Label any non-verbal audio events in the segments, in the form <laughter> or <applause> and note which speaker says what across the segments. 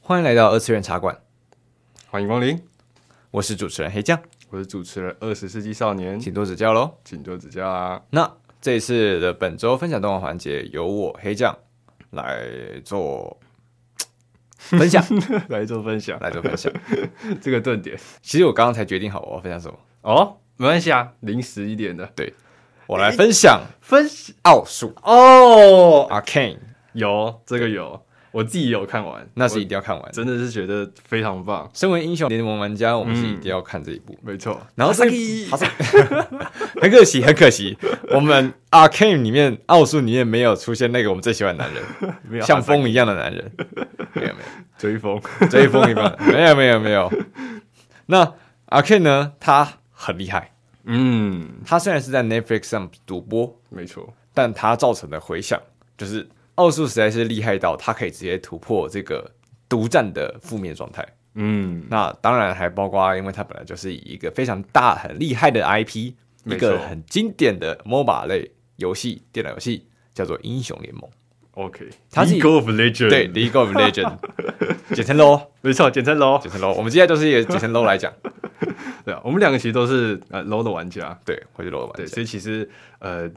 Speaker 1: 欢迎来到二次元茶馆，
Speaker 2: 欢迎光临，
Speaker 1: 我是主持人黑酱，
Speaker 2: 我是主持人二十世纪少年，
Speaker 1: 请多指教喽。
Speaker 2: 请多指教
Speaker 1: <laughs>
Speaker 2: 啊！
Speaker 1: 那这一次的本周分享动画环节，由我黑酱来做分
Speaker 2: <laughs>
Speaker 1: 享，
Speaker 2: 来做分享，
Speaker 1: 来做分享。
Speaker 2: 这个顿点
Speaker 1: 其实我刚刚才决定好我要分享什么，
Speaker 2: 哦，没关系啊，临时一点的
Speaker 1: 我来分享
Speaker 2: 分析
Speaker 1: 奥数
Speaker 2: 哦，
Speaker 1: Arcane，
Speaker 2: 有这个有，我自己有看完，
Speaker 1: 那是一
Speaker 2: 我
Speaker 1: 定要看完。
Speaker 2: 真的是觉得非常棒，
Speaker 1: 身为英雄联盟玩家，我们是一定要看这一部。
Speaker 2: 没错。
Speaker 1: 然后这个很可惜，很可惜，我们 Arcane 里面奥数里面没有出现那个我们最喜欢的男人，
Speaker 2: <laughs> 没有
Speaker 1: 像风一样的男人，没有没有。
Speaker 2: 追风，
Speaker 1: 追风一般，没有没有没有。那阿 Ken 呢？他很厉害，
Speaker 2: 嗯，
Speaker 1: 他虽然是在 Netflix 上独播，
Speaker 2: 没错，
Speaker 1: 但他造成的回响就是奥数实在是厉害到他可以直接突破这个独占的负面状态。
Speaker 2: 嗯，
Speaker 1: 那当然还包括，因为他本来就是以一个非常大很厉害的 IP，一
Speaker 2: 没错
Speaker 1: 个很经典的 MOBA 类游戏电脑游戏叫做《英雄联盟》，
Speaker 2: OK，
Speaker 1: 它是
Speaker 2: League of Legend，
Speaker 1: 对，《League of
Speaker 2: <laughs>
Speaker 1: Legends》，简称 LO，
Speaker 2: 没错，简称 LO
Speaker 1: 简。称 LO，我们接下来就是以简称 LO 来讲，
Speaker 2: 对啊，我们两个其实都是呃 LO 的玩家，
Speaker 1: 对，回去 LO 玩
Speaker 2: 对，
Speaker 1: 家
Speaker 2: 所以其实呃，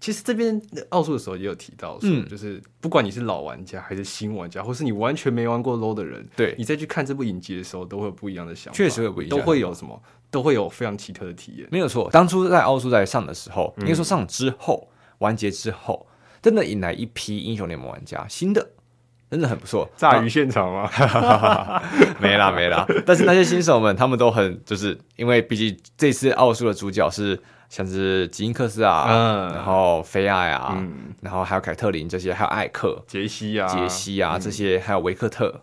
Speaker 2: 其实这边奥数的时候也有提到说，
Speaker 1: 嗯
Speaker 2: 就是不管你是老玩家还是新玩家，或是你完全没玩过 LO 的人，
Speaker 1: 对
Speaker 2: 你再去看这部影集的时候，都会有不一样的想法，
Speaker 1: 确实会不一样
Speaker 2: 都会有什么，都会有非常奇特的体验。
Speaker 1: 没有错，当初在奥数在上的时候，
Speaker 2: 嗯
Speaker 1: 应该说上之后、完结之后，真的引来一批英雄联盟玩家，新的真的很不错。
Speaker 2: 炸鱼现场吗？
Speaker 1: 啊没啦没啦， <laughs> 但是那些新手们他们都很就是因为毕竟这次奥数的主角是像是吉恩克斯啊，
Speaker 2: 嗯
Speaker 1: 然后菲艾啊，
Speaker 2: 嗯
Speaker 1: 然后还有凯特琳这些，还有艾克、
Speaker 2: 杰西啊，
Speaker 1: 杰，西啊这些，还有维克特，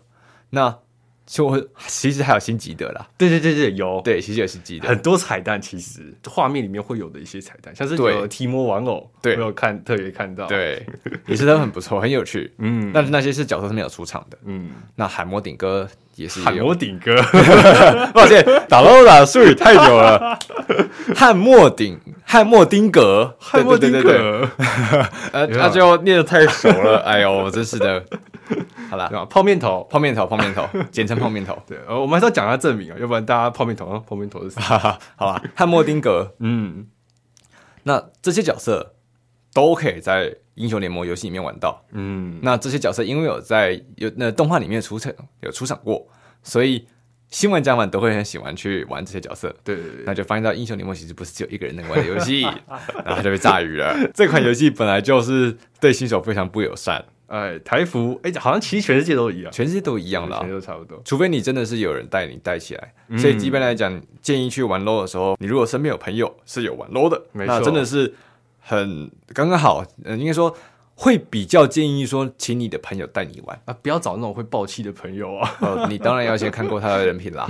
Speaker 1: 那就其实还有辛吉德啦，
Speaker 2: 对对对对，有。
Speaker 1: 对，其实有辛吉德，
Speaker 2: <laughs> 很多彩蛋，其实画面里面会有的一些彩蛋，像是
Speaker 1: 对
Speaker 2: 有提摩玩偶，
Speaker 1: 对
Speaker 2: 我有看特别看到，，
Speaker 1: 对，也是都很不错，很有趣。
Speaker 2: 嗯
Speaker 1: 但是那些是角色是没有出场的。
Speaker 2: 嗯，
Speaker 1: 那海魔顶哥也是
Speaker 2: 喊
Speaker 1: 有，
Speaker 2: 我顶哥，
Speaker 1: <laughs> 抱歉，打漏打术语太久
Speaker 2: <laughs>
Speaker 1: 了。汉莫顶，汉莫丁格，
Speaker 2: 汉默丁
Speaker 1: 对对对对
Speaker 2: 哥，
Speaker 1: 呃，
Speaker 2: 有
Speaker 1: 那就念的太熟了，
Speaker 2: <laughs>
Speaker 1: 哎呦，真是的。好啦
Speaker 2: 对，吧？啊泡面头，
Speaker 1: 泡面头，泡
Speaker 2: <laughs>
Speaker 1: 面头，简称泡面头。 <laughs>
Speaker 2: 对，呃，我们还是要讲一下证明啊，要不然大家泡面头，啊泡面头是谁？
Speaker 1: 哈哈，好啦，汉莫丁格，
Speaker 2: 嗯，
Speaker 1: 那这些角色都可以在英雄联盟游戏里面玩到。
Speaker 2: 嗯，
Speaker 1: 那这些角色因为有在有那动画里面出场有出场过，所以新玩家们都会很喜欢去玩这些角色。
Speaker 2: 对对对，
Speaker 1: 那就发现到英雄联盟其实不是只有一个人能玩的游
Speaker 2: <laughs>
Speaker 1: 戏，然后就被炸鱼了。这款游戏本来就是对新手非常不友善，
Speaker 2: 哎，台服，哎，好像其实全世界都一样，
Speaker 1: 全世界都一样啦
Speaker 2: 全，都差不多。
Speaker 1: 除非你真的是有人带你带起来，
Speaker 2: 嗯
Speaker 1: 所以一般来讲，建议去玩 LO 的时候，你如果身边有朋友是有玩 LO 的，
Speaker 2: 没
Speaker 1: 那
Speaker 2: 错
Speaker 1: 真的是很刚刚好，呃，应该说会比较建议说，请你的朋友带你玩。
Speaker 2: <laughs> 啊，不要找那种会爆气的朋友啊！ <laughs>
Speaker 1: 哦，你当然要先看过他的人品啦。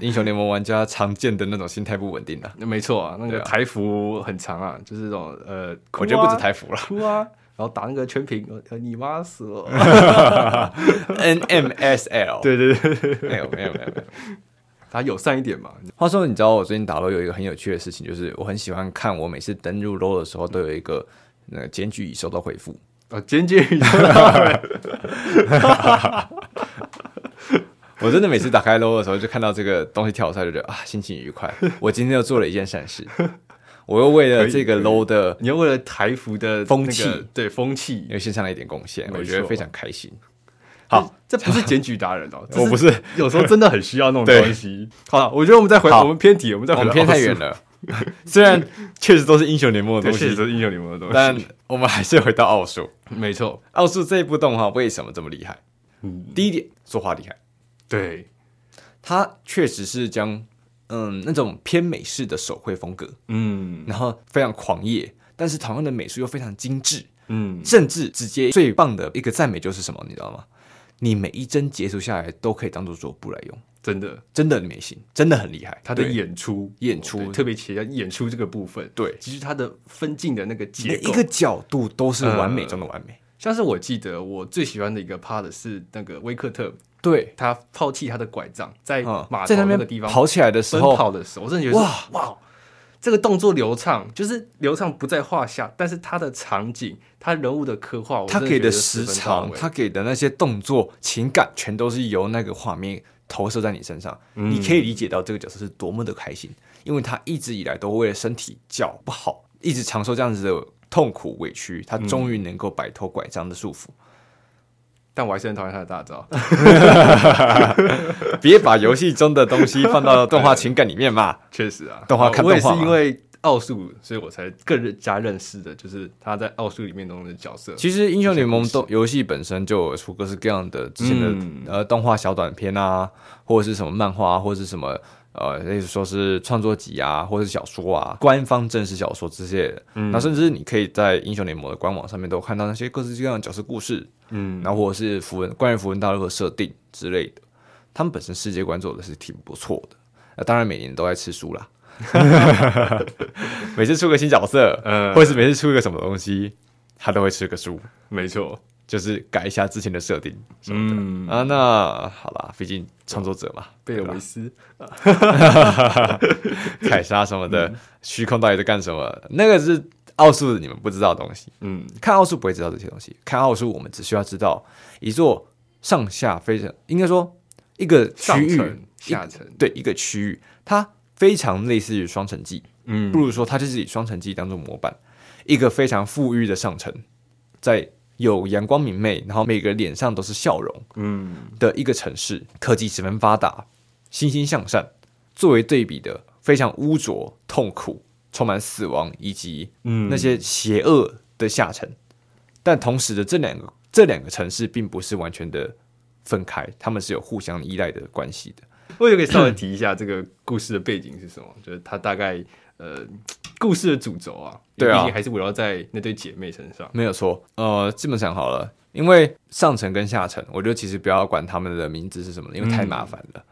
Speaker 1: 英雄联盟玩家常见的那种心态不稳定的，
Speaker 2: 没错啊，那
Speaker 1: 对
Speaker 2: 个
Speaker 1: 啊
Speaker 2: 台服很长啊，就是这种呃，
Speaker 1: 我觉得不止台服了
Speaker 2: 哭啊，然后打那个全屏，呃呃，你妈死了！ <laughs>
Speaker 1: ，NMSL。
Speaker 2: 对对对，
Speaker 1: 没有没有没有没有。
Speaker 2: 打友善一点嘛。
Speaker 1: 话说，你知道我最近打 LO 有一个很有趣的事情，就是我很喜欢看，我每次登入 LO 的时候都有一个那个检举已收到回复。
Speaker 2: 啊，尖尖鱼，
Speaker 1: 我真的每次打开 LO 的时候，就看到这个东西跳出来，就觉得啊，心情愉快。我今天又做了一件善事，我又为了这个 LO 的
Speaker 2: <laughs> 你要为了台服的那个
Speaker 1: 风气，
Speaker 2: 对风气，
Speaker 1: 又献上了一点贡献，
Speaker 2: 没
Speaker 1: 我觉得
Speaker 2: 错
Speaker 1: 非常开心。好，
Speaker 2: 这不是检举达人
Speaker 1: <laughs>
Speaker 2: 哦，这
Speaker 1: 我不是，
Speaker 2: 有时候真的很需要那种
Speaker 1: 对
Speaker 2: 东西。好了，我觉得我们再回，
Speaker 1: 好
Speaker 2: 我们偏题，我们再
Speaker 1: 我
Speaker 2: 回
Speaker 1: 们
Speaker 2: 到
Speaker 1: 偏太
Speaker 2: 奥斯
Speaker 1: 远了。 <laughs> 虽然确实都是英雄联盟的
Speaker 2: 对，
Speaker 1: 东
Speaker 2: 确
Speaker 1: 西
Speaker 2: 实，是英雄联盟的东
Speaker 1: <laughs>
Speaker 2: 西。
Speaker 1: 但我们还是回到奥数。
Speaker 2: 没错，
Speaker 1: 奥数这一部动画为什么这么厉害？
Speaker 2: 嗯，
Speaker 1: 第一点，作画厉害，
Speaker 2: 对，
Speaker 1: 它确实是将嗯那种偏美式的手绘风格，
Speaker 2: 嗯
Speaker 1: 然后非常狂野，但是同样的美术又非常精致，
Speaker 2: 嗯，
Speaker 1: 甚至直接最棒的一个赞美就是什么，你知道吗？你每一帧截图下来都可以当做桌布来用，
Speaker 2: 真的，
Speaker 1: 真的很美型，真的很厉害。
Speaker 2: 他的
Speaker 1: 对
Speaker 2: 演出，
Speaker 1: 演出
Speaker 2: 对特别起演出这个部分，
Speaker 1: 对
Speaker 2: 其实他的分镜的那个
Speaker 1: 每
Speaker 2: 结
Speaker 1: 一
Speaker 2: 构
Speaker 1: 个，角度都是完美中的完美。
Speaker 2: 像是我记得我最喜欢的一个 part 是那个威克特，
Speaker 1: 对，
Speaker 2: 他抛弃他的拐杖在
Speaker 1: 嗯
Speaker 2: 码头
Speaker 1: 在那
Speaker 2: 那
Speaker 1: 边
Speaker 2: 个地方
Speaker 1: 跑起来的时
Speaker 2: 奔
Speaker 1: 候，
Speaker 2: 跑的时候，我真的觉得哇哇，这个动作流畅，就是流畅不在话下，但是他的场景、他人物的刻画，我
Speaker 1: 他
Speaker 2: 真
Speaker 1: 给
Speaker 2: 觉得
Speaker 1: 的
Speaker 2: 十
Speaker 1: 时
Speaker 2: 分到
Speaker 1: 长，
Speaker 2: 位
Speaker 1: 他给的那些动作、情感，全都是由那个画面投射在你身上。你可以理解到这个角色是多么的开心，因为他一直以来都为了身体脚不好，一直承受这样子的痛苦委屈，他终于能够摆脱拐杖的束缚。
Speaker 2: 但我还是很讨厌他的大招。
Speaker 1: 别把游戏中的东西放到动画情感里面 <laughs> 嘛。
Speaker 2: 确实啊，
Speaker 1: 动画看
Speaker 2: 我也
Speaker 1: 动画
Speaker 2: 是
Speaker 1: 嘛
Speaker 2: 因为奥数，所以我才更认加认识的，就是他在奥数里面中的角色。
Speaker 1: 其实《英雄联盟》动游戏本身就有出各式各样的之前的、
Speaker 2: 嗯
Speaker 1: 呃动画小短片啊，或者是什么漫画、啊，或者是什么呃，类似说是创作集啊，或者是小说啊，官方正式小说之类的。
Speaker 2: 嗯
Speaker 1: 那甚至你可以在《英雄联盟》的官网上面都看到那些各式各样的角色故事，
Speaker 2: 嗯，
Speaker 1: 然后或者是符文关于符文大陆的设定之类的。他们本身世界观做的是挺不错的，那、当然每年都在吃书啦。 <laughs> 每次出个新角色，
Speaker 2: 嗯
Speaker 1: 或者是每次出一个什么东西，他都会吃个书。
Speaker 2: 没错，
Speaker 1: 就是改一下之前的设定、
Speaker 2: 嗯，
Speaker 1: 啊。那好啦，毕竟创作者嘛，
Speaker 2: 贝
Speaker 1: 对
Speaker 2: 尔
Speaker 1: 吧
Speaker 2: 维斯，
Speaker 1: 凯撒什么
Speaker 2: 嗯
Speaker 1: 的， <laughs> 虚空到底在干什么？那个是奥数你们不知道的东西，
Speaker 2: 嗯，
Speaker 1: 看奥数不会知道这些东西。看奥数，我们只需要知道一座上下非常，应该说一个区
Speaker 2: 上
Speaker 1: 域
Speaker 2: 层、下层，
Speaker 1: 对一个区域，它非常类似于双城记，
Speaker 2: 嗯
Speaker 1: 不如说它就是以双城记当做模板，一个非常富裕的上城，在有阳光明媚，然后每个脸上都是笑容。
Speaker 2: 嗯，
Speaker 1: 的一个城市，科技十分发达，欣欣向善。作为对比的，非常污浊、痛苦，充满死亡以及
Speaker 2: 嗯
Speaker 1: 那些邪恶的下沉。但同时的，这两个这两个城市并不是完全的分开，他们是有互相依赖的关系的。
Speaker 2: 我也可以稍微提一下这个故事的背景是什么， <clears throat> 就是它大概呃故事的主轴啊，
Speaker 1: 对啊
Speaker 2: 毕竟还是围绕在那对姐妹身上。
Speaker 1: 没有错，呃，基本上好了，因为上层跟下层，我觉得其实不要管他们的名字是什么，因为太麻烦了。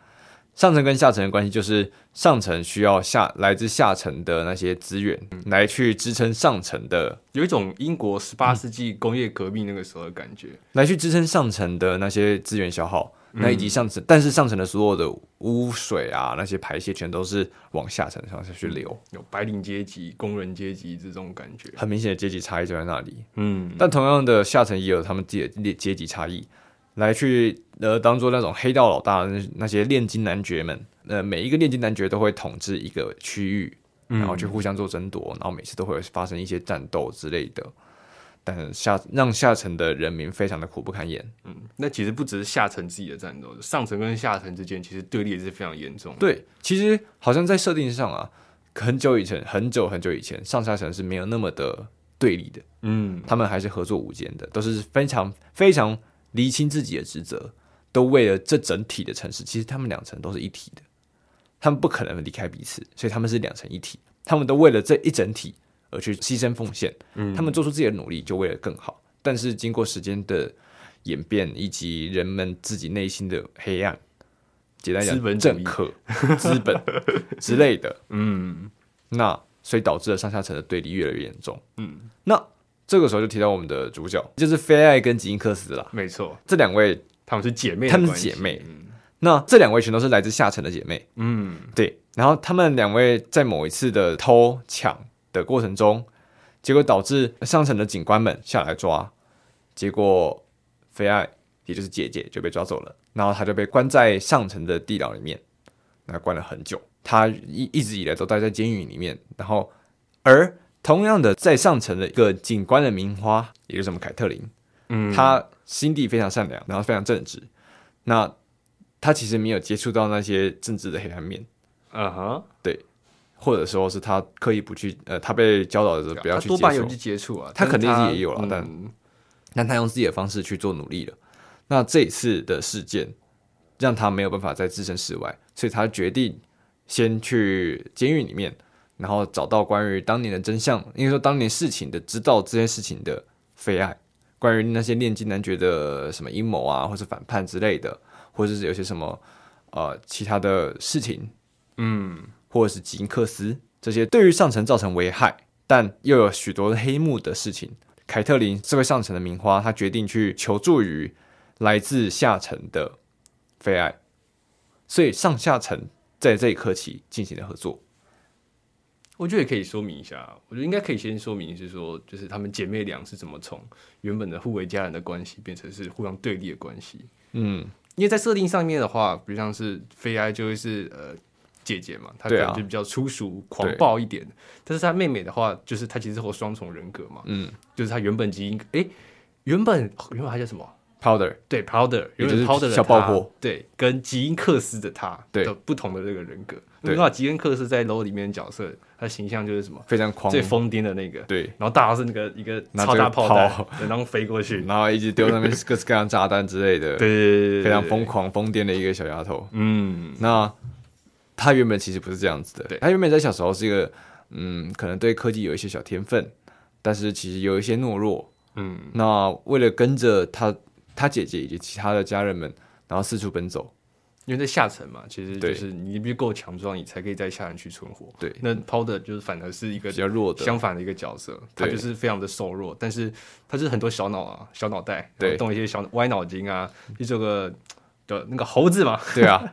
Speaker 1: 上层跟下层的关系就是上层需要下来自下层的那些资源来去支撑上层的，
Speaker 2: 有一种英国十八世纪工业革命那个时候的感觉，
Speaker 1: 来去支撑上层的那些资源消耗，那以及上层，但是上层的所有的污水啊，那些排泄全都是往下层上去流，
Speaker 2: 有白领阶级、工人阶级这种感觉。
Speaker 1: 很明显的阶级差异就在那里。
Speaker 2: 嗯，
Speaker 1: 但同样的，下层也有他们自己的阶级差异，来去呃当做那种黑道老大的那那些炼金男爵们，呃，每一个炼金男爵都会统治一个区域，然后去互相做争夺，然后每次都会发生一些战斗之类的。但下让下层的人民非常的苦不堪言。
Speaker 2: 那其实不只是下层自己的战斗，上层跟下层之间其实对立也是非常严重的。
Speaker 1: 对，其实好像在设定上啊，很久以前，很久很久以前，上下层是没有那么的对立的，
Speaker 2: 嗯，
Speaker 1: 他们还是合作无间的，都是非常非常厘清自己的职责，都为了这整体的城市。其实他们两层都是一体的，他们不可能离开彼此，所以他们是两层一体。他们都为了这一整体而去牺牲奉献，
Speaker 2: 嗯
Speaker 1: 他们做出自己的努力，就为了更好。但是经过时间的演变以及人们自己内心的黑暗，简单
Speaker 2: 资本
Speaker 1: 讲，
Speaker 2: 主
Speaker 1: 政
Speaker 2: 义
Speaker 1: 客、资
Speaker 2: <laughs>
Speaker 1: 本之类的，
Speaker 2: 嗯，
Speaker 1: 那所以导致了上下层的对立越来越严重。嗯，那这个时候就提到我们的主角，就是菲艾跟吉因克斯啦，
Speaker 2: 没错，
Speaker 1: 这两位，
Speaker 2: 她们是姐妹的
Speaker 1: 她们
Speaker 2: 关系，
Speaker 1: 是姐妹
Speaker 2: 嗯
Speaker 1: 那这两位全都是来自下层的姐妹。
Speaker 2: 嗯，
Speaker 1: 对，然后她们两位在某一次的偷抢的过程中，结果导致上层的警官们下来抓，结果菲艾也就是姐姐就被抓走了，然后她就被关在上层的地牢里面，那关了很久。她一一直以来都待在监狱里面，然后而同样的，在上层的一个警官的名花，也就是我们凯特琳，
Speaker 2: 嗯，
Speaker 1: 她心地非常善良，然后非常正直。那她其实没有接触到那些政治的黑暗面，
Speaker 2: 啊哈，
Speaker 1: 或者说是她刻意不去，呃，她被教导着不要
Speaker 2: 她
Speaker 1: 去
Speaker 2: 多半
Speaker 1: 接
Speaker 2: 有
Speaker 1: 触
Speaker 2: 去，接触啊，
Speaker 1: 她肯定是
Speaker 2: 但
Speaker 1: 也有啦
Speaker 2: 嗯
Speaker 1: 但她用自己的方式去做努力了。那这一次的事件让她没有办法再置身事外，所以她决定先去监狱里面，然后找到关于当年的真相，应该说当年事情的知道这些事情的非爱，关于那些炼金男爵的什么阴谋啊，或是反叛之类的，或者是有些什么呃其他的事情，
Speaker 2: 嗯，
Speaker 1: 或者是吉克斯这些对于上层造成危害，但又有许多黑幕的事情。凯特琳这位上层的名花，她决定去求助于来自下层的菲艾，所以上下层在这一刻起进行了合作。
Speaker 2: 我觉得也可以说明一下，啊我觉得应该可以先说明是说，就是她们姐妹俩是怎么从原本的互为家人的关系变成是互相对立的关系。
Speaker 1: 嗯，
Speaker 2: 因为在设定上面的话，比如像是菲埃就会是呃姐姐嘛，她可
Speaker 1: 对啊
Speaker 2: 能就比较粗俗、狂
Speaker 1: 对
Speaker 2: 暴一点，但是她妹妹的话，就是她其实是有双重人格嘛，
Speaker 1: 嗯
Speaker 2: 就是她原本基因，诶，原本哦原本她叫什么？
Speaker 1: ，powder，
Speaker 2: 对，Powder，
Speaker 1: 也
Speaker 2: 原
Speaker 1: 就是
Speaker 2: 本 Powder 的
Speaker 1: 小爆
Speaker 2: 他
Speaker 1: 破，
Speaker 2: 对，跟吉恩克斯的他，
Speaker 1: 对
Speaker 2: 的不同的这个人格。
Speaker 1: 对
Speaker 2: 对，那吉恩克斯在 LO 里面的角色，他形象就是什么
Speaker 1: 非常狂，
Speaker 2: 最疯癫的那个，
Speaker 1: 对，
Speaker 2: 然后大家是那个一个
Speaker 1: 拿
Speaker 2: 超
Speaker 1: 这个
Speaker 2: 大炮弹
Speaker 1: 炮，
Speaker 2: 对然后飞过去，
Speaker 1: 然后一直丢那边各式各样炸弹之类的，
Speaker 2: 对对对对对，
Speaker 1: 非常
Speaker 2: 对
Speaker 1: 疯，狂疯癫的一个小丫头。
Speaker 2: 嗯，
Speaker 1: 那她原本其实不是这样子的，
Speaker 2: 对
Speaker 1: 她原本在小时候是一个，嗯，可能对科技有一些小天分，但是其实有一些懦弱。
Speaker 2: 嗯，
Speaker 1: 那为了跟着她、她姐姐以及其他的家人们，然后四处奔走。
Speaker 2: 因为在下层嘛，其实就
Speaker 1: 对
Speaker 2: 是你必须够强壮，你才可以在下层去存活。
Speaker 1: 对
Speaker 2: 那 Powder 就是反而是一个
Speaker 1: 比较弱的，
Speaker 2: 相反的一个角色，他
Speaker 1: 对
Speaker 2: 就是非常的瘦弱，但是他就是很多小脑啊、小脑袋，然
Speaker 1: 对
Speaker 2: 后动一些小歪脑筋啊，就这个的那个猴子嘛，
Speaker 1: 对啊，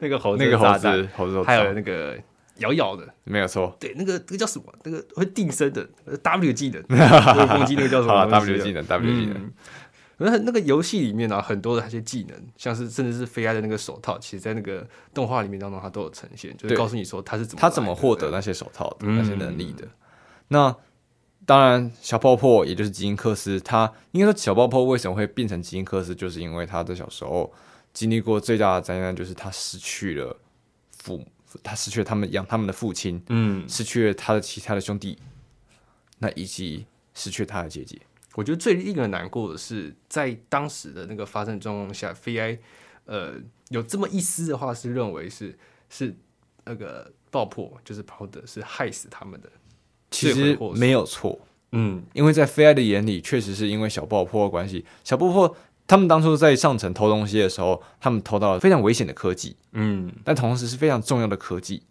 Speaker 2: 那个猴子
Speaker 1: 那
Speaker 2: 的
Speaker 1: 个
Speaker 2: 炸
Speaker 1: 猴
Speaker 2: 弹，
Speaker 1: 子，嗯猴子，猴
Speaker 2: 还有
Speaker 1: 子，
Speaker 2: 那个咬咬的，
Speaker 1: 没有错，
Speaker 2: 对，那个那个叫什么？那个会定身的呃 W 技
Speaker 1: <laughs>
Speaker 2: 能，那个攻击那个叫什
Speaker 1: 好了
Speaker 2: 么东西
Speaker 1: 啊，W
Speaker 2: 的
Speaker 1: 技能，W 技能，
Speaker 2: 嗯那那个游戏里面呢、啊很多的那些技能，像是甚至是菲亚的那个手套，其实在那个动画里面当中，它都有呈现，就是
Speaker 1: 对
Speaker 2: 告诉你说它是怎么
Speaker 1: 他怎么
Speaker 2: 来的
Speaker 1: 获得那些手套的、
Speaker 2: 嗯
Speaker 1: 那些能力的？那当然，小爆破也就是吉因克斯，他应该说小爆破为什么会变成吉因克斯，就是因为他在小时候经历过最大的灾难，就是他失去了父母，他失去了他们养他们的父亲，
Speaker 2: 嗯，
Speaker 1: 失去了他的其他的兄弟，那以及失去他的姐姐。
Speaker 2: 我觉得最令人难过的是，在当时的那个发生状况下，菲埃呃有这么一丝的话是认为是是那个爆破，就是跑的是害死他们的。
Speaker 1: 其
Speaker 2: 罪魁
Speaker 1: 实
Speaker 2: 祸首
Speaker 1: 没有错，
Speaker 2: 嗯，
Speaker 1: 因为在菲埃的眼里，确实是因为小爆破的关系，小爆破他们当初在上层偷东西的时候，他们偷到了非常危险的科技，
Speaker 2: 嗯，
Speaker 1: 但同时是非常重要的科技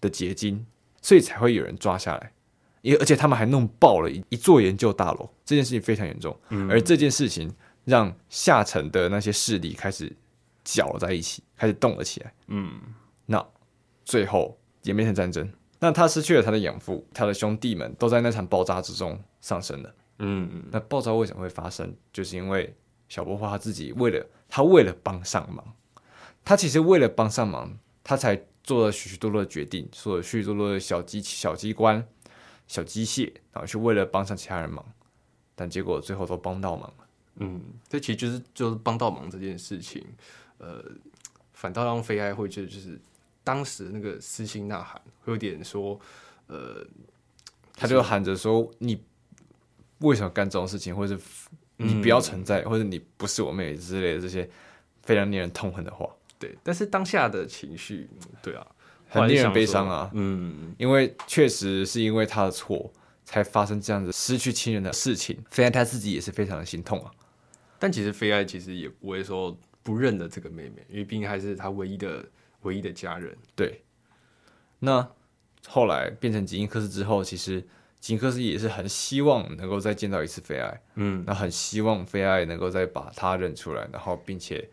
Speaker 1: 的结晶，所以才会有人抓下来。也而且他们还弄爆了一一座研究大楼，这件事情非常严重。而这件事情让下层的那些势力开始搅在一起，开始动了起来。嗯，那最后演变成战争。那他失去了他的养父，他的兄弟们都在那场爆炸之中丧生了。
Speaker 2: 嗯，
Speaker 1: 那爆炸为什么会发生？就是因为小波花他自己为了他为了帮上忙，他其实为了帮上忙，他才做了许许多多的决定，做了许许多多的小机器小机关、小机械，然后去为了帮上其他人忙，但结果最后都帮到忙了。
Speaker 2: 嗯，这其实就是就是帮倒忙这件事情，呃，反倒让菲埃会觉得就是当时那个私心呐喊，会有点说，呃，
Speaker 1: 他就喊着说：“你为什么干这种事情？或者是你不要存在，或者你不是我妹妹之类的这些非常令人痛恨的话，
Speaker 2: 对，但是当下的情绪，嗯对啊，后
Speaker 1: 很
Speaker 2: 来就
Speaker 1: 令
Speaker 2: 想
Speaker 1: 人
Speaker 2: 说
Speaker 1: 悲伤啊。”
Speaker 2: 嗯，
Speaker 1: 因为确实是因为他的错，才发生这样子失去亲人的事情。虽然他自己也是非常的心痛啊，
Speaker 2: 但其实菲爱其实也不会说不认得这个妹妹，因为毕竟还是她唯一的唯一的家人。
Speaker 1: 对。那后来变成吉因克斯之后，其实吉因克斯也是很希望能够再见到一次菲爱，
Speaker 2: 嗯，
Speaker 1: 那很希望菲爱能够再把他认出来，然后并且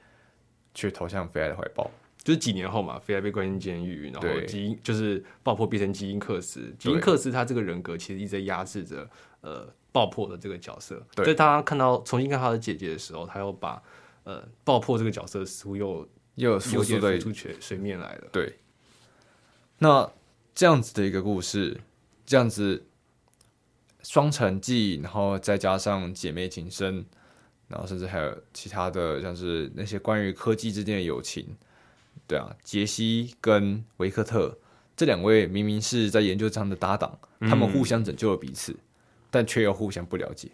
Speaker 1: 去投向菲爱的怀抱。
Speaker 2: 就是几年后嘛，菲爱被关进监狱，然后
Speaker 1: 对
Speaker 2: 基因就是爆破变成基因克斯。基因克斯他这个人格其实一直在压制着呃爆破的这个角色。
Speaker 1: 对
Speaker 2: 在他看到重新看到他的姐姐的时候，他又把呃爆破这个角色似乎又
Speaker 1: 又
Speaker 2: 有
Speaker 1: 速
Speaker 2: 点
Speaker 1: 速
Speaker 2: 浮
Speaker 1: 的
Speaker 2: 出水水面来了。
Speaker 1: 对，那这样子的一个故事，这样子双城记，然后再加上姐妹情深，然后甚至还有其他的，像是那些关于科技之间的友情，对啊，杰西跟维克特这两位明明是在研究上的搭档，他们互相拯救了彼此，但却又互相不了解，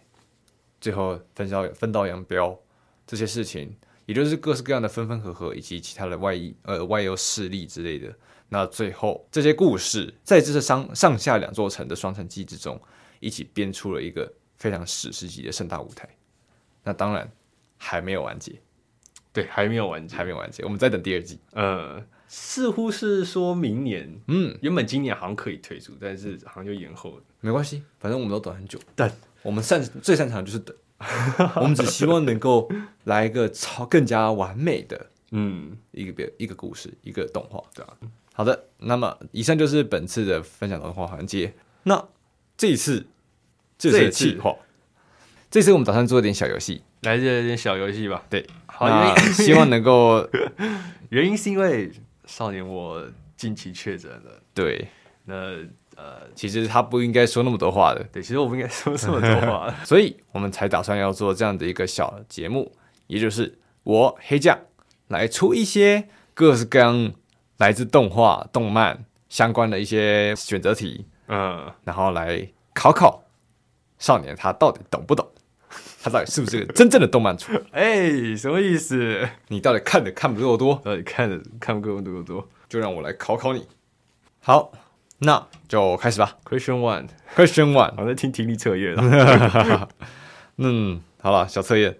Speaker 1: 最后分道分道扬镳，这些事情。也就是各式各样的分分合合，以及其他的外衣呃外忧势力之类的。那最后这些故事在这是上上下两座城的双城记之中，一起编出了一个非常史诗级的盛大舞台。那当然还没有完结，
Speaker 2: 对，还没有完结。
Speaker 1: 还没有完结，我们再等第二季。
Speaker 2: 呃，似乎是说明年，
Speaker 1: 嗯，
Speaker 2: 原本今年好像可以推出，但是好像又延后了。
Speaker 1: 没关系，反正我们都等很久。
Speaker 2: 等
Speaker 1: 我们擅最擅长的就是等， <laughs> 我们只希望能够来一个超更加完美的
Speaker 2: 嗯，
Speaker 1: 一个别一个故事，一个动画。
Speaker 2: 对啊，
Speaker 1: 好的，那么以上就是本次的分享文化环节。那这一次，这
Speaker 2: 这
Speaker 1: 是
Speaker 2: 一次
Speaker 1: 气话。这次我们打算做一点小游戏，
Speaker 2: 来这点小游戏吧。
Speaker 1: 对，
Speaker 2: 好，
Speaker 1: 那
Speaker 2: 原
Speaker 1: <laughs>
Speaker 2: 因
Speaker 1: 希望能够
Speaker 2: 原因是因为少年我近期确诊了，
Speaker 1: 对。
Speaker 2: 那呃，
Speaker 1: 其实他不应该说那么多话的，
Speaker 2: 对，其实我不应该说这
Speaker 1: <laughs>
Speaker 2: 么多话。
Speaker 1: 所以我们才打算要做这样的一个小节目，也就是我黑酱来出一些各式各样来自动画、动漫相关的一些选择题，
Speaker 2: 嗯，
Speaker 1: 然后来考考少年他到底懂不 <laughs> 懂，他到底是不是个真正的动漫厨，
Speaker 2: 哎，什么意思？ <laughs>
Speaker 1: 你到底看的看不够多，
Speaker 2: 呃，看的看够多多。
Speaker 1: 就让我来考考你。好，那就开始吧。
Speaker 2: Question one，
Speaker 1: Question one，
Speaker 2: 我在听听力测验啊
Speaker 1: <laughs>
Speaker 2: 了。
Speaker 1: 嗯，好了，小测验，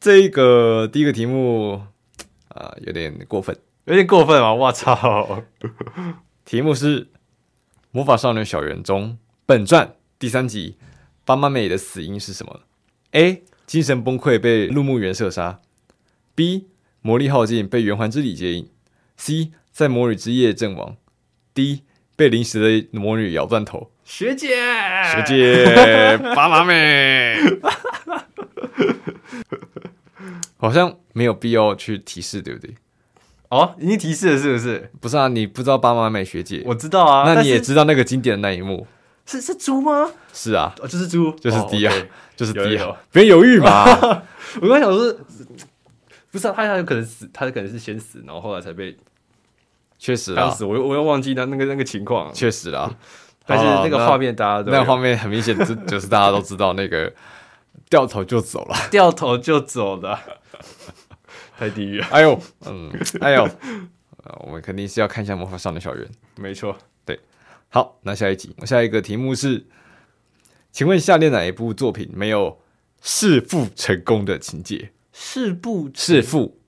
Speaker 1: 这个第一个题目啊、有点过分。
Speaker 2: 有点过分啊！我操，
Speaker 1: <laughs> 题目是《魔法少女小圆》中本传第三集巴妈美的死因是什么？A. 精神崩溃被陆墓园射杀；B. 魔力耗尽被圆环之力接引；C. 在魔女之夜阵亡；D. 被临时的魔女咬断头。
Speaker 2: 学姐，
Speaker 1: 学，
Speaker 2: 哎
Speaker 1: 姐，巴妈美， <laughs> 好像没有必要去提示，对不对？
Speaker 2: 哦，已经提示了是不是？
Speaker 1: 不是啊，你不知道巴妈美学姐，
Speaker 2: 我知道啊，
Speaker 1: 那
Speaker 2: 但
Speaker 1: 你
Speaker 2: 是
Speaker 1: 也知道那个经典的那一幕
Speaker 2: 是是猪吗？
Speaker 1: 是啊，
Speaker 2: 哦，就是猪，
Speaker 1: 就是
Speaker 2: 哦
Speaker 1: 低啊
Speaker 2: OK
Speaker 1: 就是
Speaker 2: 有
Speaker 1: 低
Speaker 2: 有有
Speaker 1: 啊，别犹豫
Speaker 2: <laughs>
Speaker 1: 嘛。
Speaker 2: 我刚想说，不是、啊、他，他有可能死，他可能是先死，然后后来才被
Speaker 1: 确实
Speaker 2: 当
Speaker 1: 啊，
Speaker 2: 时我又我又忘记那那个那个情况，
Speaker 1: 确实啊，
Speaker 2: <laughs> 但是
Speaker 1: 好
Speaker 2: 那个画面大家都
Speaker 1: 那个
Speaker 2: 有
Speaker 1: 画面很明显，就就是大家都知道那
Speaker 2: <laughs>
Speaker 1: 个掉头就走了。
Speaker 2: 掉头就走的， <laughs> 太地狱了，
Speaker 1: 哎呦，嗯，哎呦， <laughs> 呃我们肯定是要看一下《魔法少女小圆》。
Speaker 2: 没错，
Speaker 1: 好，那下一集，下一个题目是，请问下列哪一部作品没有弑父成功的情节？
Speaker 2: 弑父
Speaker 1: 弑父，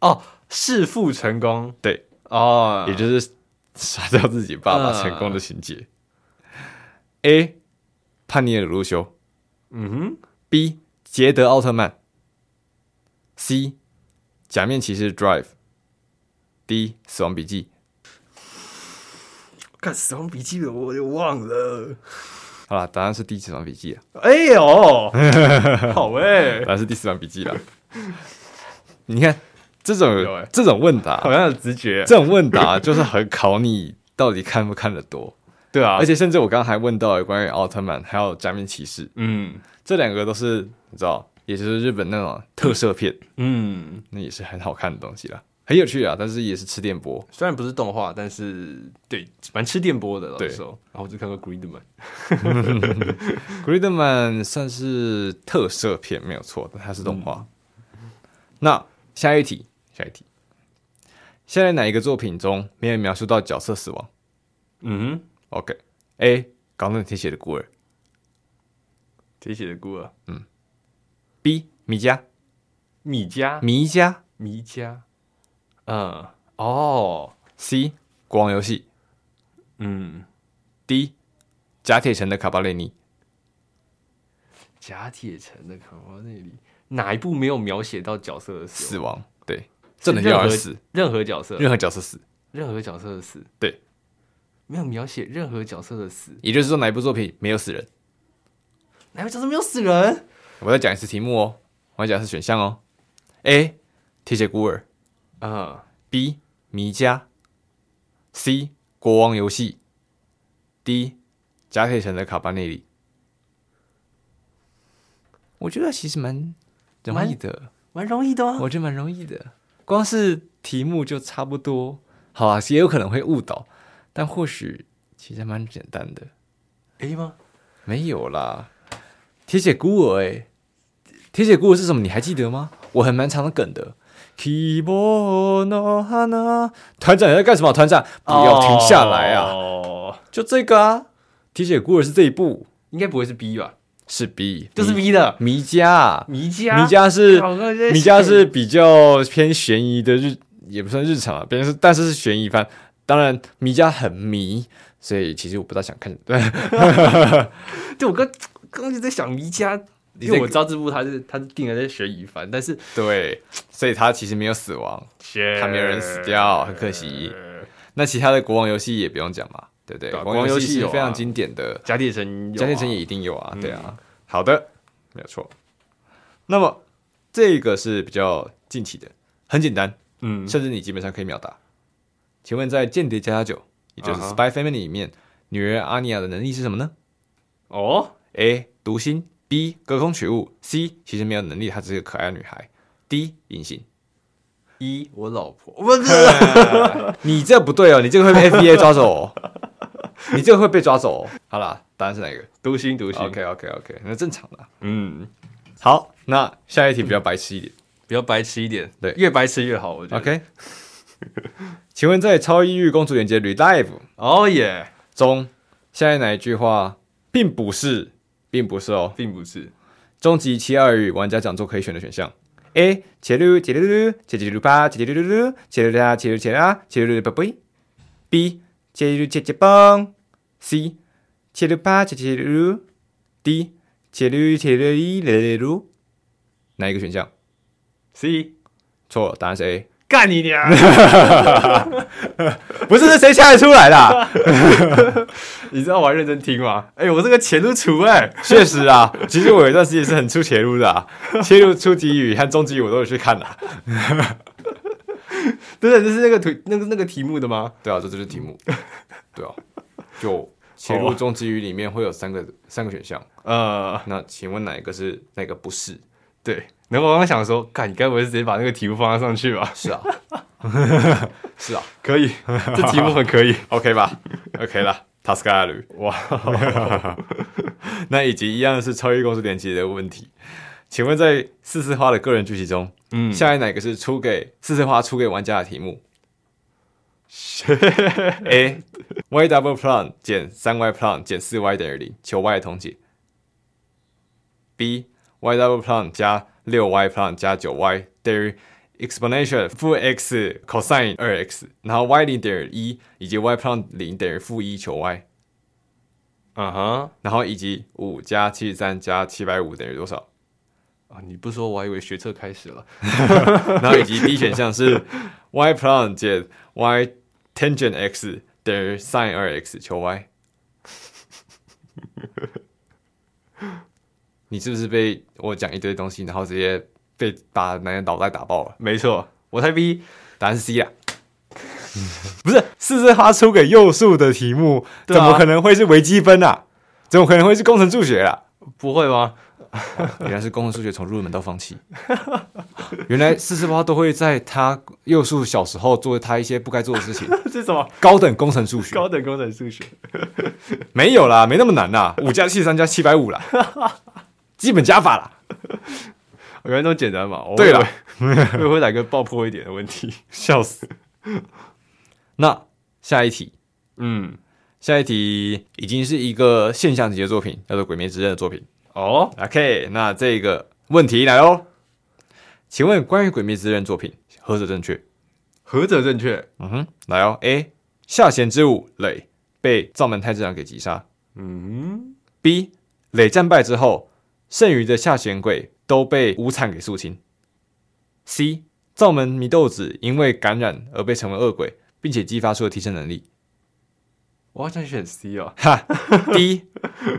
Speaker 2: 哦，弑父成功
Speaker 1: 对，
Speaker 2: 哦，
Speaker 1: 也就是杀掉自己爸
Speaker 2: 嗯
Speaker 1: 爸成功的情节。A. 叛逆的鲁修
Speaker 2: 嗯哼，
Speaker 1: ，B. 捷德奥特曼，C. 假面骑士 Drive，D. 死亡笔记。
Speaker 2: 看《死亡笔记》的我就忘了，
Speaker 1: 好了，答案是第一死亡笔记啊，
Speaker 2: 哎呦， <laughs> 好哎、
Speaker 1: 答案是第四死亡笔记了。你看这种
Speaker 2: 有欸
Speaker 1: 这种问答，
Speaker 2: 好像有直觉，
Speaker 1: 这种问答就是很考你到底看不看得多，
Speaker 2: 对啊，
Speaker 1: 而且甚至我刚刚还问到有关于奥特曼还有假面骑士
Speaker 2: 嗯
Speaker 1: 这两个都是你知道，也就是日本那种特摄片，
Speaker 2: 嗯，
Speaker 1: 那也是很好看的东西啦，很有趣啊，但是也是吃电波。
Speaker 2: 虽然不是动画，但是对，蛮吃电波的，老
Speaker 1: 对
Speaker 2: 实说。然后我就看过 Greenman，
Speaker 1: Gridman 算是特摄片没有错，但它是动画。
Speaker 2: 嗯
Speaker 1: 那下一题，下一题，现在哪一个作品中没有描述到角色死亡
Speaker 2: 嗯哼，
Speaker 1: ？OK，A《钢弹铁血的孤儿》
Speaker 2: 铁血的孤儿，
Speaker 1: ，B 米迦
Speaker 2: 米迦，
Speaker 1: 迷迦
Speaker 2: 米迦，嗯，哦，
Speaker 1: C 国王游戏
Speaker 2: 嗯，
Speaker 1: D 甲铁城的卡巴列尼
Speaker 2: 甲铁城的卡哇那里哪一部没有描写到角色的死
Speaker 1: 死
Speaker 2: 亡？
Speaker 1: 亡，对，这能叫而死，
Speaker 2: 任何角色，
Speaker 1: 任何角色死，
Speaker 2: 任何角色的死，
Speaker 1: 对，
Speaker 2: 没有描写任何角色的死，
Speaker 1: 也就是说哪一部作品没有死人？
Speaker 2: 哪个角色没有死人？
Speaker 1: 我再讲一次题目哦，我再讲一次选项哦，A 铁血孤儿
Speaker 2: 嗯，
Speaker 1: ，B 迷家，C 国王游戏，D 甲铁城的卡巴内里。我觉得其实蛮容易的，
Speaker 2: 蛮容易的啊。
Speaker 1: 我觉得蛮容易的，光是题目就差不多。好啊，也有可能会误导，但或许其实蛮简单的。
Speaker 2: A 吗？
Speaker 1: 没有啦，铁血孤儿哎、铁血孤儿是什么？你还记得吗？我很蛮常的梗的。Kibono Hana，团长你在干什么？团长不要停下来啊！
Speaker 2: 哦，
Speaker 1: 就这个啊，铁血孤儿是这一部，
Speaker 2: 应该不会是 B 吧？
Speaker 1: 是 B，
Speaker 2: 就是
Speaker 1: 迷
Speaker 2: B 的
Speaker 1: 迷家，
Speaker 2: 迷家，
Speaker 1: 迷家是
Speaker 2: 搞个这
Speaker 1: 米家是比较偏悬疑的日，也不算日常啊，别人是但是是悬疑番。当然，米家很迷，所以其实我不大想看。 <laughs> 对，
Speaker 2: 对我刚刚刚就在想迷家，因
Speaker 1: 这
Speaker 2: 为
Speaker 1: 个
Speaker 2: 我知道这部他是他是定了在悬疑番，但是
Speaker 1: 对，所以他其实没有死亡，
Speaker 2: 他
Speaker 1: 他没有人死掉，很可惜。那其他的国王游戏也不用讲嘛，对不对？
Speaker 2: 对啊
Speaker 1: 国王游戏
Speaker 2: 国王游戏有
Speaker 1: 是
Speaker 2: 啊
Speaker 1: 非常经典的，
Speaker 2: 甲铁城有啊，
Speaker 1: 江建成也一定有啊，对啊。好的，没有错。那么这个是比较近期的，很简单，
Speaker 2: 嗯，
Speaker 1: 甚至你基本上可以秒答。请问在《间谍加加九》，也就是
Speaker 2: 啊
Speaker 1: 《
Speaker 2: 哈
Speaker 1: Spy Family》里面，女人阿尼亚的能力是什么呢
Speaker 2: 哦，
Speaker 1: ？A. 读心，B. 隔空取物，C. 其实没有能力，她只是个可爱的女孩，D. 隐形。
Speaker 2: 一我老婆不是，
Speaker 1: 你这不对哦，你这个会被 FBI 抓走哦，你这个会被抓走哦。好啦，答案是哪一个
Speaker 2: 读心读心，
Speaker 1: ？OK OK OK，那正常的。
Speaker 2: 嗯，
Speaker 1: 好，那下一题比较白痴一点。
Speaker 2: 比较白痴一点，
Speaker 1: 对
Speaker 2: 越白痴越好，我觉得。
Speaker 1: OK，请问在《超异域公主连接 Relive》
Speaker 2: 哦耶，
Speaker 1: 中，下列哪一句话并不是，并不是哦，
Speaker 2: 并不是，
Speaker 1: 终极七二与玩家讲座可以选的选项？A. 切噜切噜噜切切噜吧切切噜噜噜切噜啦切噜切啦切噜噜吧呗。B. 切噜切切蹦。C. 切噜吧切切噜噜。D. 切噜切噜一噜噜。哪一个选项？
Speaker 2: C，
Speaker 1: 错了，答案是 A。
Speaker 2: 干你娘！ <laughs>
Speaker 1: 不是是谁猜得出来的啊？
Speaker 2: <laughs> 你知道我还认真听吗？哎、我这个钱都除哎、
Speaker 1: 确实啊，其实我有一段时间是很出切入的啊，切入初级语和中级语我都有去看的、啊。
Speaker 2: 等等，这是那个图那个那个题目的吗？
Speaker 1: 对啊，这就是题目。对啊，就切
Speaker 2: 哦
Speaker 1: 入中级语里面会有三个三个选项，
Speaker 2: 呃，
Speaker 1: 那请问哪一个是哪个不是？
Speaker 2: 对。然后我刚想说，干，你该不会是直接把那个题目放上去吧？ <laughs>
Speaker 1: 是啊，是啊
Speaker 2: 可
Speaker 1: <laughs>
Speaker 2: 以，这题目很可以。
Speaker 1: ，OK 吧？OK 啦，塔斯卡鲁，哇， <laughs> 那以及一样是超越公司连接的问题。请问在四四花的个人剧集中，
Speaker 2: 嗯，
Speaker 1: 下列哪个是出给四四花出给玩家的题目？A y double plan 减三 y plan 减四 y 等于零，求 y 的同解。B y double plan 加六 y plan 加九 y 等于 exponential 负 x cosine 二 x，然后 y 零等于一，以及 y plan 零等于负一求 y，
Speaker 2: 啊哈、
Speaker 1: 然后以及五加七十三加七百五等于多少？
Speaker 2: 啊，你不说我还以为学测开始了。
Speaker 1: 然后以及 D 选项是 <laughs> y plan 减 y tangent x 等于 sin 二 x 求 y。你是不是被我讲一堆东西，然后直接被把男人脑袋打爆了？
Speaker 2: 没错，我猜 B。
Speaker 1: 答案是 C 啦。 <laughs> 不是，四是他出给右数的题目，
Speaker 2: 对啊
Speaker 1: 怎么可能会是微积分啊？怎么可能会是工程数学啊？
Speaker 2: 不会吗？
Speaker 1: <laughs>
Speaker 2: <laughs>
Speaker 1: 原来是工程数学从入门到放弃。 <laughs> 原来四四八都会在他幼数小时候做他一些不该做的事情。 <laughs>
Speaker 2: 这是什么
Speaker 1: 高等工程数学
Speaker 2: 高等工程数学？
Speaker 1: 没有啦，没那么难啦，五加七十三加七百五啦， <laughs> 基本加法啦。
Speaker 2: 原来那么简单嘛？我
Speaker 1: 对
Speaker 2: 以为
Speaker 1: 啦，
Speaker 2: 我以为会 <laughs> 来个爆破一点的问题。 <laughs>
Speaker 1: 笑死。 <laughs> 那下一题，
Speaker 2: 嗯，
Speaker 1: 下一题已经是一个现象级的作品，叫做《鬼灭之刃》的作品。
Speaker 2: 哦，
Speaker 1: OK，那这个问题来喽，请问关于《鬼灭之刃》作品何者正确？
Speaker 2: 何者正确？
Speaker 1: 嗯哼，来哦，A 下弦之舞磊被藏门太治郎给击杀
Speaker 2: 嗯，
Speaker 1: ，B 磊战败之后，剩余的下弦鬼都被无惨给肃清，C 藏门祢豆子因为感染而被成为恶鬼，并且激发出了提升能力。
Speaker 2: 我好想选 C 哦。
Speaker 1: 哈 <laughs> ，D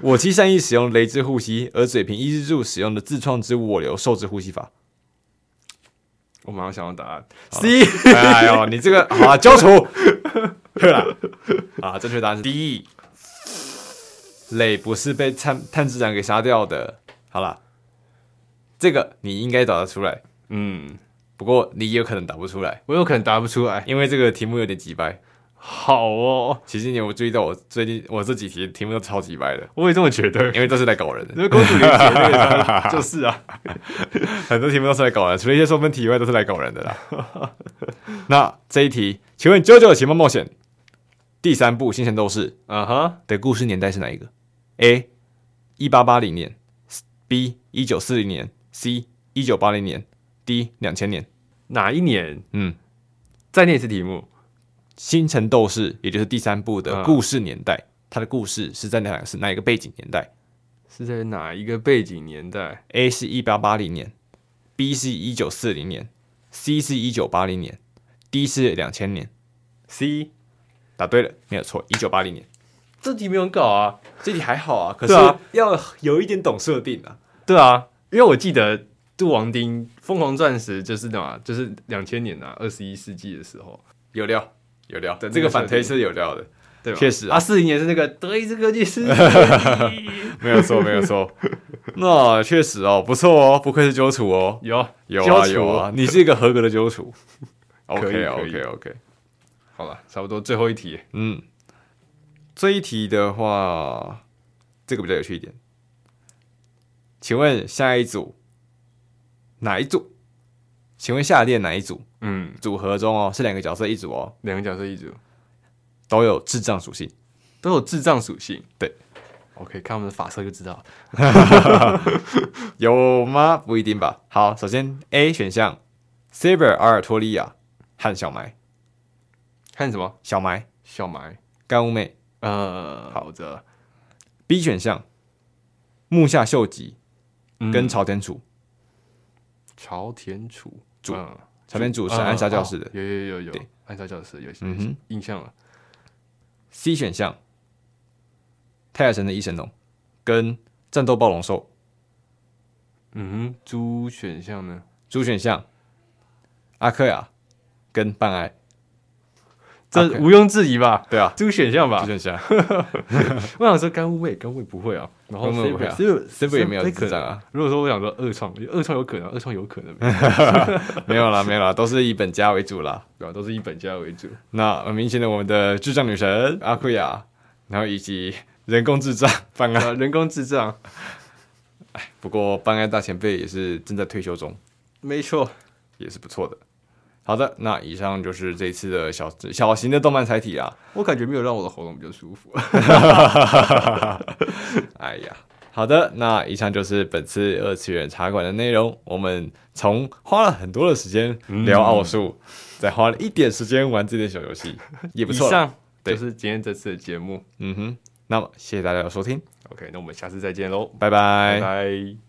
Speaker 1: 我妻善意使用雷之护膝，而嘴平一之助使用的自创之我流受之呼吸法。
Speaker 2: 我马上想到答案。C。
Speaker 1: 哎呦，你这个好啊，交出，对了，啊，正确答案是 D。磊不是被探探知长给杀掉的，好啦，这个你应该答得出来，
Speaker 2: 嗯，
Speaker 1: 不过你也有可能答不出来，
Speaker 2: 我有可能答不出来。
Speaker 1: 因为这个题目有点急掰。
Speaker 2: 好哦，
Speaker 1: 其实你有没有注意到我最近我这几题题目都超级掰的，
Speaker 2: 我也这么觉得。
Speaker 1: 因为都是来搞人
Speaker 2: 因
Speaker 1: 的，
Speaker 2: 为公主连结那个 <laughs> 当然就是啊，
Speaker 1: 很多题目都是来搞人，除了一些送分题以外，都是来搞人的啦。
Speaker 2: <laughs>
Speaker 1: 那这一题，请问《JoJo 的奇妙冒险》第三部《新神斗士》
Speaker 2: 啊哈，
Speaker 1: 的故事年代是哪一个？A 一八八零年，B 一九四零年，C 一九八零年，D 两千年。
Speaker 2: 哪一年？
Speaker 1: 嗯，
Speaker 2: 再念一次题目。
Speaker 1: 星辰斗士也就是第三部的
Speaker 2: 嗯
Speaker 1: 故事年代，它的故事是在哪是哪一个背景年代
Speaker 2: 是在哪一个背景年代？
Speaker 1: ？A 是一八八零年，B 是一九四零年，C 是一九八零年，D 是两千年。
Speaker 2: C
Speaker 1: 答对了，没有错，一九八零年。
Speaker 2: 这题没有很搞啊。
Speaker 1: 这题还好啊，可是
Speaker 2: 对啊
Speaker 1: 要有一点懂设定啊。
Speaker 2: 对啊，因为我记得杜王丁《疯狂钻石》就是那嘛，就是两千年啊，二十一世纪的时候，
Speaker 1: 有料，有料，
Speaker 2: 对
Speaker 1: 这个
Speaker 2: 那个设
Speaker 1: 反推是有料的，
Speaker 2: 对吧？
Speaker 1: 确实啊
Speaker 2: 啊，四零年是那个德意志科技是
Speaker 1: <laughs> 没有错，没有错。 <laughs> 那确实哦，不错哦，不愧是纠厨哦，
Speaker 2: 有
Speaker 1: 有
Speaker 2: 交
Speaker 1: 啊
Speaker 2: 出
Speaker 1: 有啊，你是一个合格的纠厨。
Speaker 2: <laughs> 可以
Speaker 1: OK 啊
Speaker 2: 可
Speaker 1: OK
Speaker 2: 以
Speaker 1: OK，
Speaker 2: 好了，差不多最后一题，
Speaker 1: 嗯，这一题的话，这个比较有趣一点。请问下一组哪一组？请问下列哪一组
Speaker 2: 嗯，
Speaker 1: 组合中哦，是两个角色一组哦，
Speaker 2: 两个角色一组
Speaker 1: 都有智障属性。
Speaker 2: 都有智障属性，
Speaker 1: 对
Speaker 2: ，OK，看他们的发色就知道了，
Speaker 1: 有吗？不一定吧。好，首先 A 选项，Saber 阿尔托利亚和小埋，
Speaker 2: 看什么
Speaker 1: 小埋
Speaker 2: 小埋，
Speaker 1: 干物妹。
Speaker 2: 呃，好的，
Speaker 1: B 选项，木下秀吉
Speaker 2: 嗯
Speaker 1: 跟朝天楚，
Speaker 2: 朝田楚
Speaker 1: 楚
Speaker 2: 嗯
Speaker 1: 朝天楚是暗杀教室的
Speaker 2: 哦。有有有有
Speaker 1: 对，
Speaker 2: 暗杀教室有
Speaker 1: 嗯哼
Speaker 2: 印象了，
Speaker 1: C 选项，泰尔神的一神龙跟战斗暴龙兽。
Speaker 2: 嗯哼，猪选项呢？
Speaker 1: 主选项，阿克亚跟半爱。
Speaker 2: 这
Speaker 1: OK
Speaker 2: 毋庸置疑吧？
Speaker 1: 对啊，
Speaker 2: 猪选项吧
Speaker 1: 主，选项
Speaker 2: 我想说干物妹，干物妹不会啊，然后
Speaker 1: 干物妹不会啊
Speaker 2: Saber-
Speaker 1: Saber 也没有
Speaker 2: Saber 可
Speaker 1: 智
Speaker 2: 能
Speaker 1: 障啊。
Speaker 2: 如果说我想说二创，二创有可能，二创有可
Speaker 1: <laughs>
Speaker 2: 能，
Speaker 1: 没有啦，没有啦，都是以本家为主啦。
Speaker 2: 对吧？都是以本家为
Speaker 1: <laughs>
Speaker 2: 主。
Speaker 1: 那很明显的，我们的智障女神阿库亚，然后以及人工智障 <laughs> 半爱。
Speaker 2: 呃，人工智障，
Speaker 1: 不过半爱大前辈也是正在退休中，
Speaker 2: 没错。
Speaker 1: 也是不错的。好的，那以上就是这一次的小小型的动漫采体啊。
Speaker 2: 我感觉没有让我的喉咙比较舒服。
Speaker 1: 哎呀，好的，那以上就是本次二次元茶馆的内容。我们从花了很多的时间聊奥数，再花了一点时间玩这点小游戏，也不
Speaker 2: 以
Speaker 1: 错啦。
Speaker 2: 上
Speaker 1: 对
Speaker 2: 就是今天这次的节目。
Speaker 1: 嗯哼，那么谢谢大家的收听，
Speaker 2: OK，那我们下次再见喽，
Speaker 1: 拜拜
Speaker 2: 拜拜。